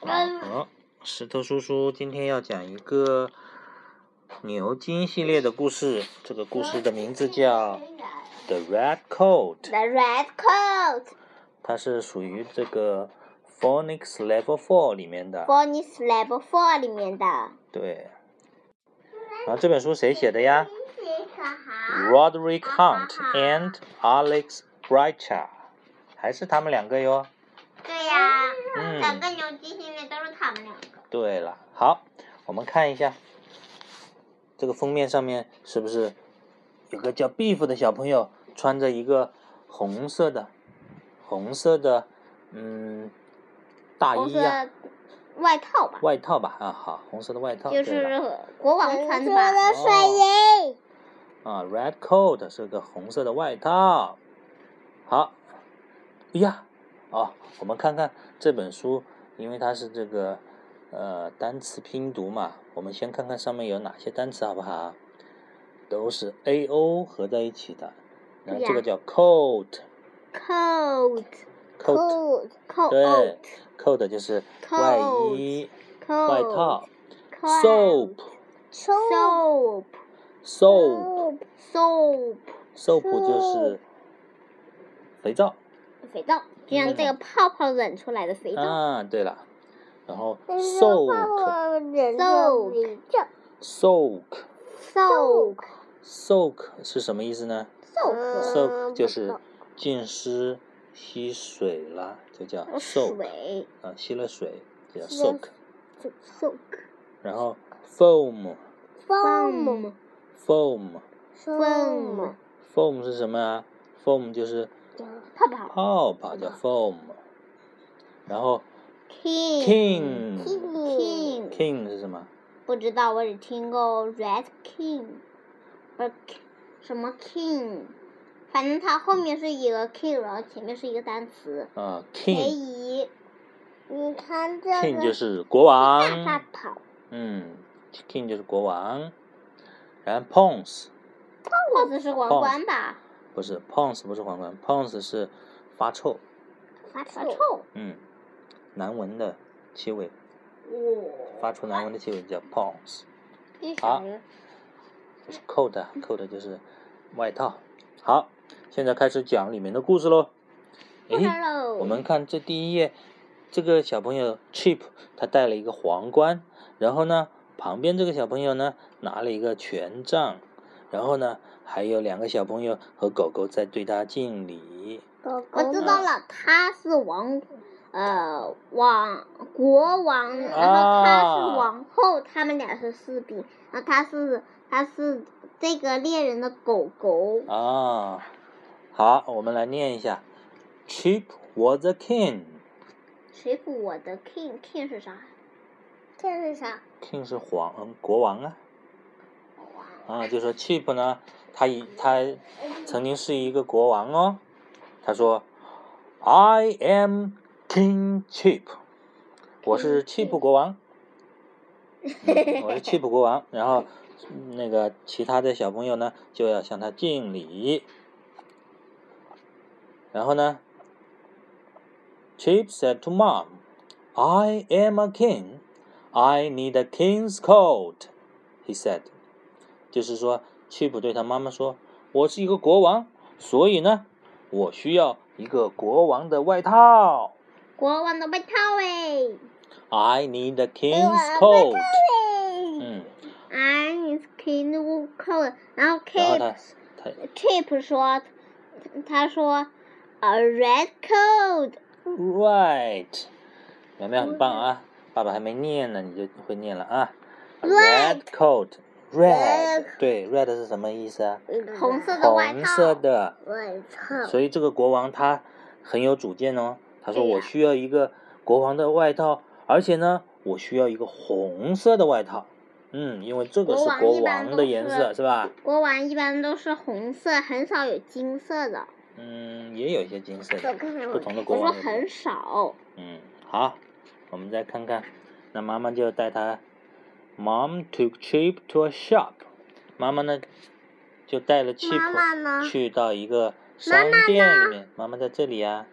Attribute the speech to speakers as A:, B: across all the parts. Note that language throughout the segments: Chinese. A: 好，石头叔叔今天要讲一个牛津系列的故事，这个故事的名字叫《The Red Coat》，
B: The red coat.
A: 它是属于这个 Phonics Level Four 里面的。
B: Bonnie's Level Four 里面的。
A: 对。然后这本书谁写的呀？Roderick
B: 哈哈
A: Hunt and Alex Brightcha，还是他们两个哟。
B: 对呀、
A: 嗯
B: 两个牛津里面都是他们两个。
A: 对了，好，我们看一下这个封面上面是不是有个叫 Beef 的小朋友穿着一个红色的红色的嗯大
B: 红
A: 衣
B: 色
A: 呀、
B: 的外套吧，
A: 外套吧啊，好，红色的外套，
B: 就
A: 对了
B: 是国王穿的吧。
A: 的睡
B: 衣。
A: 啊，red coat 是个红色的外套。好，哎呀，哦，我们看看这本书，因为它是这个呃单词拼读嘛，我们先看看上面有哪些单词好不好？都是 a o 合在一起的，然后这个
B: 对
A: 叫 coat，coat
B: 哦 Coat, coat, 哦
A: 对
B: coat,
A: coat 就是外衣、
B: coat,
A: 外套。
B: coat,
A: soap，soap，soap
B: soap, 哦 soap，
A: soap 就是肥皂。
B: 肥皂，就像这个泡泡忍出来的肥皂。
A: 嗯啊，对了，然后
C: 泡
A: soak
C: 泡忍
B: 肉
C: 肉肥皂，
A: soak
B: soak,
A: soak 是什么意思呢
B: soak，
A: ？soak 就
C: 不
A: 是
C: 懂
A: 浸湿、吸水了，就叫 soak
B: 嗯水
A: 啊，吸了水就叫
C: 吸了
A: soak。
B: ，soak。
A: 然后 foam
B: foam
A: foam
B: 风
A: foam 是什么啊？foam 就是
B: 泡泡
A: 泡泡，叫 foam。然后
B: king
A: king
B: king
A: king 是什么？
B: 不知道，我只听过 red king，不是 K- 什么 king，反正它后面是一个 king，然后前面是一个单词。
A: 啊
B: 梅
A: ，king
B: 姨，
C: 你看这
A: king 就
C: 个
A: 是国王。
B: 大跑
A: 嗯，king 就是国王，然后 pons
B: ，pose 是皇冠吧？
A: 不是 pons 不是皇冠，pons 是发臭，
B: 发臭。
A: 嗯，难闻的气味，
B: 哇，
A: 发出难闻的气味叫 pons，
B: 为
A: 好
B: 啥呀？
A: 就是 coat，coat 就是外套。好，现在开始讲里面的故事喽。
B: 不
A: 诶，
B: 喽。
A: 我们看这第一页，这个小朋友 Chip 他戴了一个皇冠，然后呢，旁边这个小朋友呢拿了一个权杖，然后呢，还有两个小朋友和狗狗在对他敬礼。
C: 狗
B: 我
C: 狗
B: 知道了，他是王，呃，王国王，然后他
A: 啊
B: 是王后，他们俩是士兵，然后他是他是这个猎人的狗狗，
A: 啊，好，我们来念一下，Chip was a king。
B: 谁捕我的 king king 是啥？
C: 这是啥？
A: king 是皇嗯国王啊，啊，就说 Chip 呢，他以他曾经是一个国王哦。他说：“I am King Chip，我是 Chip 国王，嗯我是 Chip 国王。”然后那个其他的小朋友呢，就要向他敬礼。然后呢，Chip said to Mom, "I am a king." I need a king's coat," he said. 就是说，契普对他妈妈说：“我是一个国王，所以呢，我需要一个国王的外套。
B: 国王的外套哎
A: I need a
C: 国王
A: king's
C: 外
A: coat。”
C: 对，
A: 嗯，
B: ，I need king coat，然
A: 然
B: 后
A: 后他
B: keep
A: 他
B: keep 说，他说，a red coat，
A: right，苗苗很棒啊！爸爸还没念呢，你就会念了啊。A Red
B: Red
A: coat, red，
C: Red
A: 对，red 是什么意思啊？
B: 红色的外
A: 红色
B: 套，
A: 的。
C: 外
B: 嗯
C: 套，
A: 所以这个国王他很有主见哦，他说
B: 对呀
A: 我需要一个国王的外套，而且呢，我需要一个红色的外套。嗯，因为这个是
B: 国王
A: 国
B: 一般
A: 王
B: 都
A: 的颜
B: 是
A: 色是吧？
B: 国王一般都是红色，很少有金色的。
A: 嗯，也有一些金色
C: 我
A: 的，
C: 看看
A: 不
C: 我
A: 同的
B: 我
A: 国
B: 说
A: 王有不同。
B: 很少，
A: 嗯，好，我们再看看，那妈妈就带他，Mom took Chip to a shop，妈妈呢就带了 Chip
C: 妈
B: 啊
C: 妈呢
A: 去到一个商店里面，妈妈在这里呀、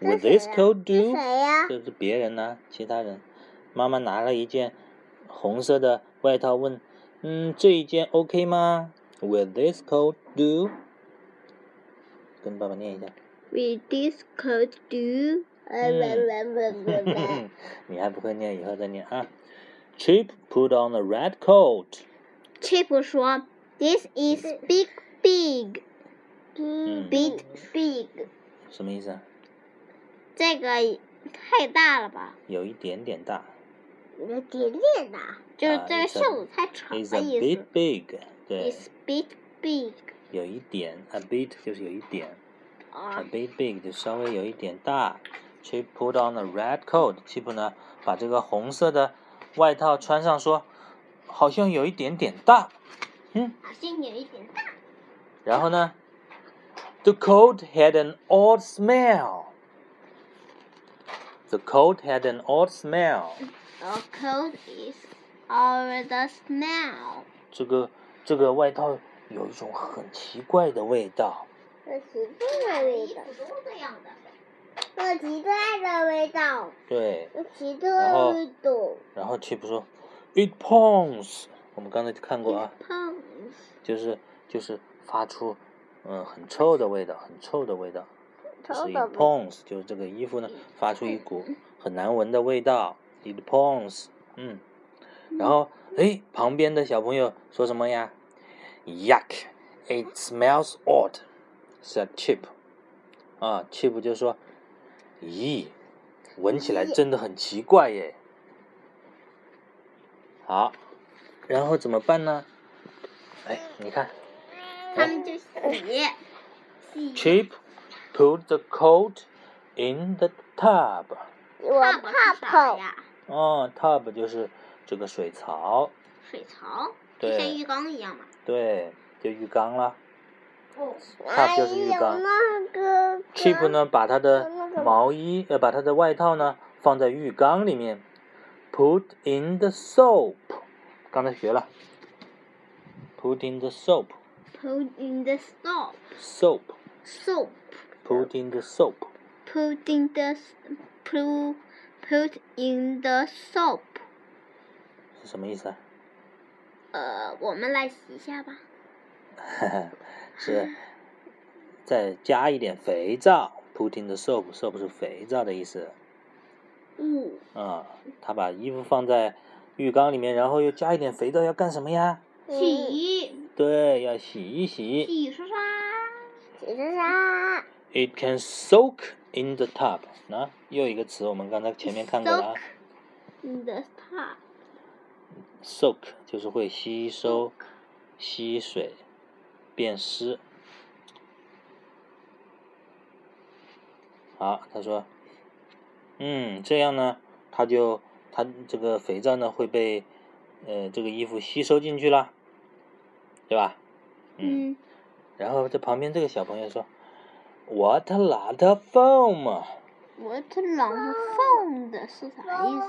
A: Would 啊 this
B: 谁呀
A: coat
B: 是
A: do？
B: 谁啊呀、
A: 这是别人呢、其他人。妈妈拿了一件红色的外套，问：“嗯，这一件 OK 吗？”Will this coat do？跟爸爸念一下。
B: Will this coat do？呃
A: 嗯你还不会念，以后再念啊。Chip put on a red coat。
B: ，Chip 说，This is big big
A: 嗯，
B: big big，
A: 什么意思啊？
B: 这个太大了吧？
A: 有一点点大。
C: 有点点大，
B: 就是
A: 啊
B: 这
A: ，it's
B: 个
A: a-
B: 袖子太长
A: It's
B: 的
A: a
B: 意
A: bit
B: 思。
A: big。对，
B: It's big big
A: 有一点，a bit 就是有一点。A
B: 啊，
A: bit big 就稍微有一点大。Chip put on a red coat。Chip 呢，把这个红色的外套穿上，说好像有一点点大。嗯，
B: 好像有一点大。
A: 然后呢，The coat had an odd smell。The coat had an odd smell。
B: The coat is over the snow。
A: 这个这个外套有一种很奇怪的味道。
C: 有奇怪的味道，
B: 都这样的。
C: 有奇怪的味道，
A: 对，
C: 有奇怪的味道，
A: 然后 Chip 说，It pounds。我们刚才看过啊。
B: Pounds
A: 就是就是发出嗯很臭的味道，很臭的味道，就是
C: 臭
A: it
C: 的味
A: pounds，就是这个衣服呢发出一股很难闻的味道，it pounds，嗯，然后哎旁边的小朋友说什么呀？Yuck，it smells odd，said Chip，啊，Chip 就说，咦，闻起来真的很奇怪耶，好，然后怎么办呢？哎，你看。
B: 他们就洗洗
A: Chip put the coat in the tub.
C: 我
B: 泡
C: 怕
B: 泡啥
C: 泡，
B: 呀？
A: 哦，tub 就是这个水槽，
B: 水槽，就
A: 对
B: 像浴缸一样嘛。
A: 对，就浴缸啦。
B: 哦，
A: tub 就是浴
C: 还有
A: 缸。
C: 那个
A: Chip 呢，把他的
C: 那个
A: 毛衣，呃，把他的外套呢放在浴缸里面，put in the soap。刚才学了，put in the soap，soap，put
B: Put in the soap. Soap.
A: in the soap。
B: Put in the put put in the soap.
A: 是什么意思啊？
B: 呃，我们来洗一下吧。
A: 是再加一点肥皂，put in the soap，soap 是肥皂的意思。
B: 嗯，
A: 啊、他把衣服放在浴缸里面，然后又加一点肥皂，要干什么呀？
C: 嗯
B: 洗
A: 对，要洗一洗。
B: 洗刷刷。
C: 洗是啥？
A: It can soak in the tub。那、又一个词，我们刚才前面看过了啊
B: In the tub.
A: ，soak 就是会吸收、吸水、变湿。好，他说，嗯，这样呢，它就它这个肥皂呢会被呃这个衣服吸收进去了，对吧？嗯。
B: 嗯，
A: 然后这旁边这个小朋友说，What a lot of foam!
B: 我这老是放的是啥意思？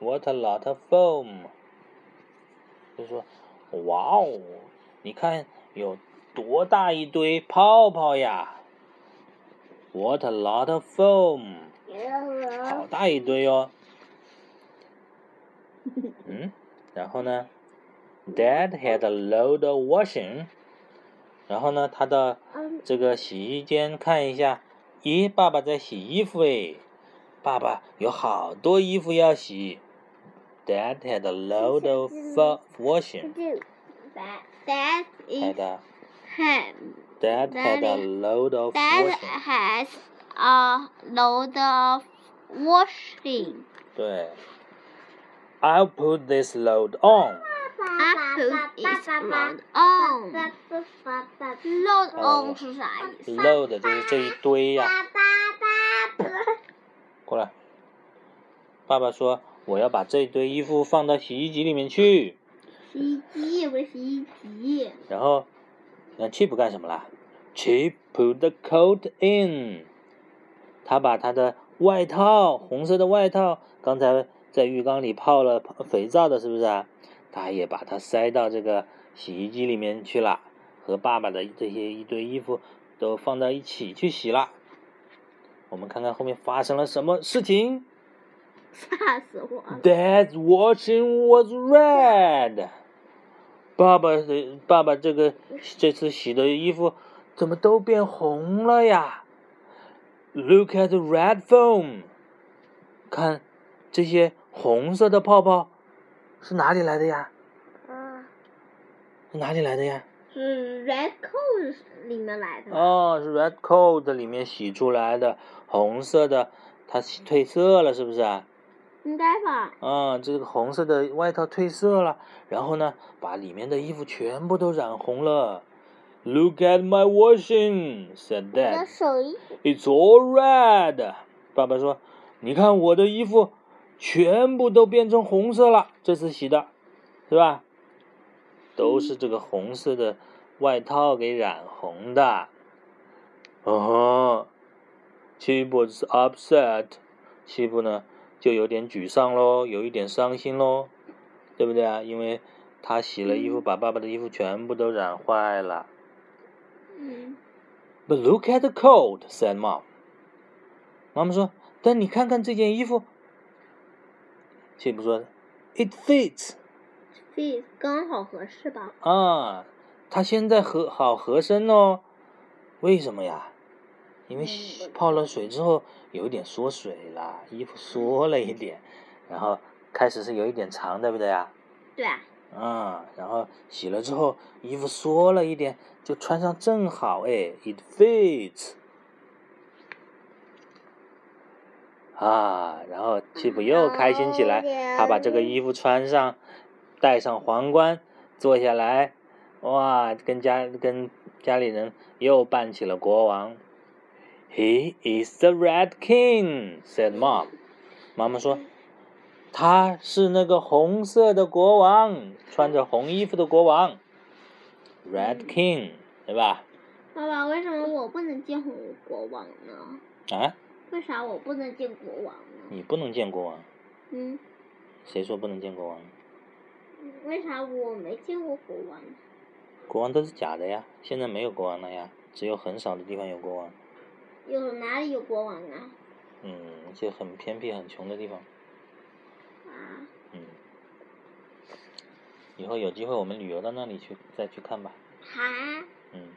A: What a lot of foam! 就说，哇哦，你看有多大一堆泡泡呀！What a lot of foam! 好大一堆哦。嗯，然后呢，Dad had a load of washing。然后呢，他到
C: 嗯
A: 这个洗衣间看一下，咦，爸爸在洗衣服诶，爸爸有好多衣服要洗。Dad had a load of fo- washing.
C: 这
B: That that is
A: Had a
B: ham.
A: Dad had a load of
B: That
A: washing.
B: has a load of washing.
A: 对。I'll put this load on.
B: Apple is load on. Load
A: 哦
B: on 是啥意思？
A: Load 就是这一堆
B: 啊
A: 呀、过来，爸爸说我要把这堆衣服放到洗衣机里面去。
B: 洗衣机不是洗衣机。
A: 然后，那 Chip 干什么啦？Chip put the coat in，他把他的外套，红色的外套，刚才在浴缸里泡了肥皂的，是不是啊？他也把它塞到这个洗衣机里面去了，和爸爸的这些一堆衣服都放到一起去洗了。我们看看后面发生了什么事情。
B: 吓死我了！
A: Dad's watching was red。爸爸的爸爸这个这次洗的衣服怎么都变红了呀？Look at the red foam。看这些红色的泡泡是哪里来的呀？
C: 啊，
A: 是哪里来的呀？
B: 是 Red Coat 里面来的。
A: 哦，是 red coat 里面洗出来的红色的，它洗褪色了是不是啊？
B: 应该吧？
A: 啊，这个红色的外套褪色了，然后呢，把里面的衣服全部都染红了。Look at my washing, said
C: 我的
A: Dad.
C: 手艺
A: It's all red. 爸爸说：“你看我的衣服，全部都变成红色了，这次洗的，是吧？都是这个红色的外套给染红的。”哦，Chip was upset. 西部呢就有点沮丧喽，有一点伤心喽，对不对啊？因为他洗了衣服，把爸爸的衣服全部都染坏了。
B: 嗯，
A: But look at the coat, said mom. 妈妈说：“但你看看这件衣服。”西普说：“It fits
B: 所以刚好合适吧？
A: 啊，它现在合好合身哦。为什么呀？因为洗泡了水之后有一点缩水了，衣服缩了一点，然后开始是有一点长，对不对啊？
B: 对啊，
A: 啊，然后洗了之后衣服缩了一点，就穿上正好，哎，it fits。啊，然后吉普又开心起来，他把这个衣服穿上，戴上皇冠，坐下来，哇，跟家跟家里人又扮起了国王。He is the Red King," said mom. 妈妈说，他是那个红色的国王，穿着红衣服的国王，Red King，对吧？
B: 爸爸，为什么我不能见红国王呢？
A: 啊，
B: 为啥我不能见国王呢？
A: 你不能见国王，
B: 嗯，
A: 谁说不能见国王？
B: 为啥我没见过国王呢？
A: 国王都是假的呀，现在没有国王了呀，只有很少的地方有国王，
B: 有哪里有国王啊？
A: 嗯，就很偏僻、很穷的地方，
B: 啊，
A: 嗯。以后有机会我们旅游到那里去，再去看吧，
B: 哈，
A: 嗯。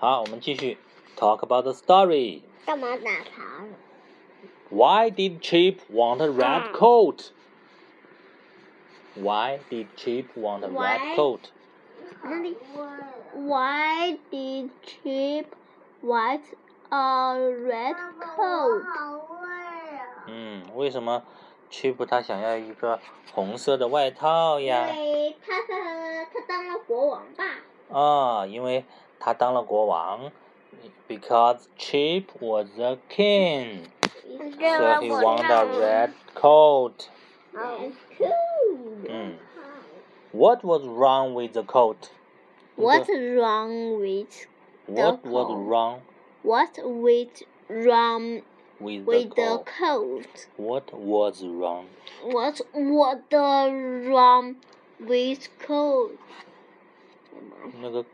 A: 好，我们继续 talk about the story。
C: 干嘛打他了？
A: Why did Chip want a red coat? Why did Chip want a
B: Why?
A: red coat?
B: 那里？Why did Chip want a red
C: 我
B: coat？
C: 好累啊！
A: 嗯，为什么 Chip 他想要一个红色的外套
B: 因
A: 呀？
B: 为他他他当了国王吧？
A: 啊，因为他当了国王。Because Chip was a king,
C: 这
A: so he wanted a red coat.
C: 哦
B: Cool.
A: 嗯，What was wrong with the coat?
B: What's wrong with
A: What
B: the
A: was
B: coat?
A: wrong
B: What's with wrong
A: with the
B: with the
A: coat?
B: coat?
A: What was wrong?
B: What's what the wrong with coat?
A: 那个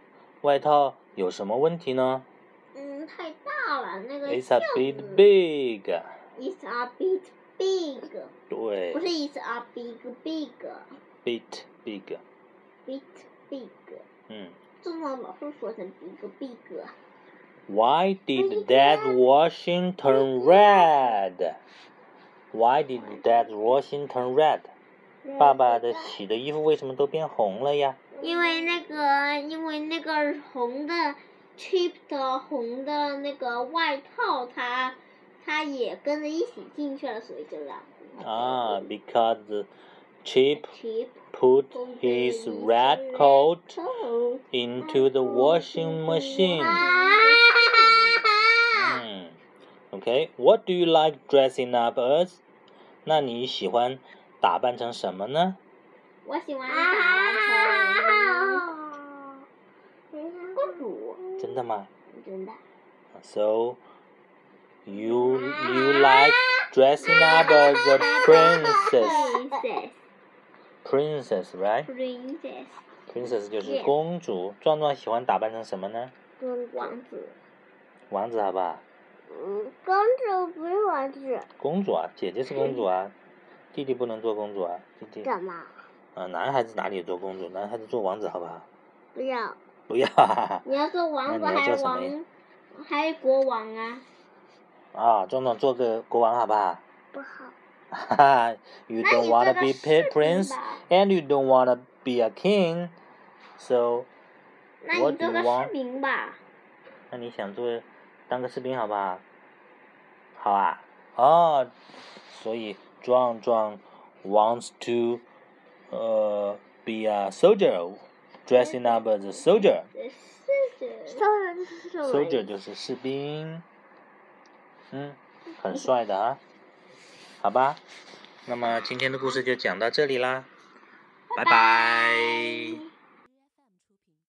A: 外套有什么问题呢
B: 嗯，太大了，那个
A: ？It's
B: 袖
A: a
B: 子。
A: bit big。
B: It's a bit big，
A: 对
B: 不是 It's a big big，bit
A: ，bit big。Hmm.
B: big。
A: 嗯
B: 正常老是说成 big big。
A: ，Why did that washing turn red? Why did that washing turn red? 爸爸的洗的衣服为什么都变红了呀？
B: 因为那个，因为那个红的 cheap 的红的那个外套，它它也跟着一起进去了，所以就染红了。
A: 啊，because Ah, Chip
B: cheap
A: put his red coat 哦 into the washing machine.
B: 啊
A: 嗯，OK。What do you like dressing up as？那你喜欢打扮成什么呢？
B: 我喜欢
A: 啊
B: 打扮成
C: 啊！
B: 公主，
A: 真的吗
B: 真的。
A: ？So you you like dressing up as a princess?
B: Princess,
A: Princess, right?
B: princess，
A: Princess 就是
B: Yes.
A: 公主。壮壮喜欢打扮成什么呢？
B: 王子，
A: 王子好不好？
C: 嗯，公主不是王子，
A: 公主啊，姐姐是公主
B: 嗯
A: 啊，弟弟不能做公主啊，弟弟啊、
C: 怎么
A: 男孩子哪里做公主？男孩子做王子好不好？
C: 不要？
A: 不要 哈哈哈
B: 你要做王子
A: 那你要
B: 还
A: 做
B: 是
A: 什么
B: 王，还是国王啊？
A: 啊！壮壮做个国王好不好？
C: 不好，
A: 哈哈，You
B: 那
A: don't
B: 你做
A: wanna
B: 个
A: be
B: 士
A: a
B: 兵
A: prince
B: 吧？
A: and you don't wanna be a king, so
B: 那你
A: what do
B: 做
A: you
B: 个士
A: want？
B: 兵吧。
A: 那你想做当个士兵好不好？好啊，哦，所以壮壮 wants to 呃 be a soldier, dressing up as a soldier.
B: 是的。
C: 搜人是什
A: soldier 就是士兵，嗯，很帅的啊，好吧，那么今天的故事就讲到这里啦，拜拜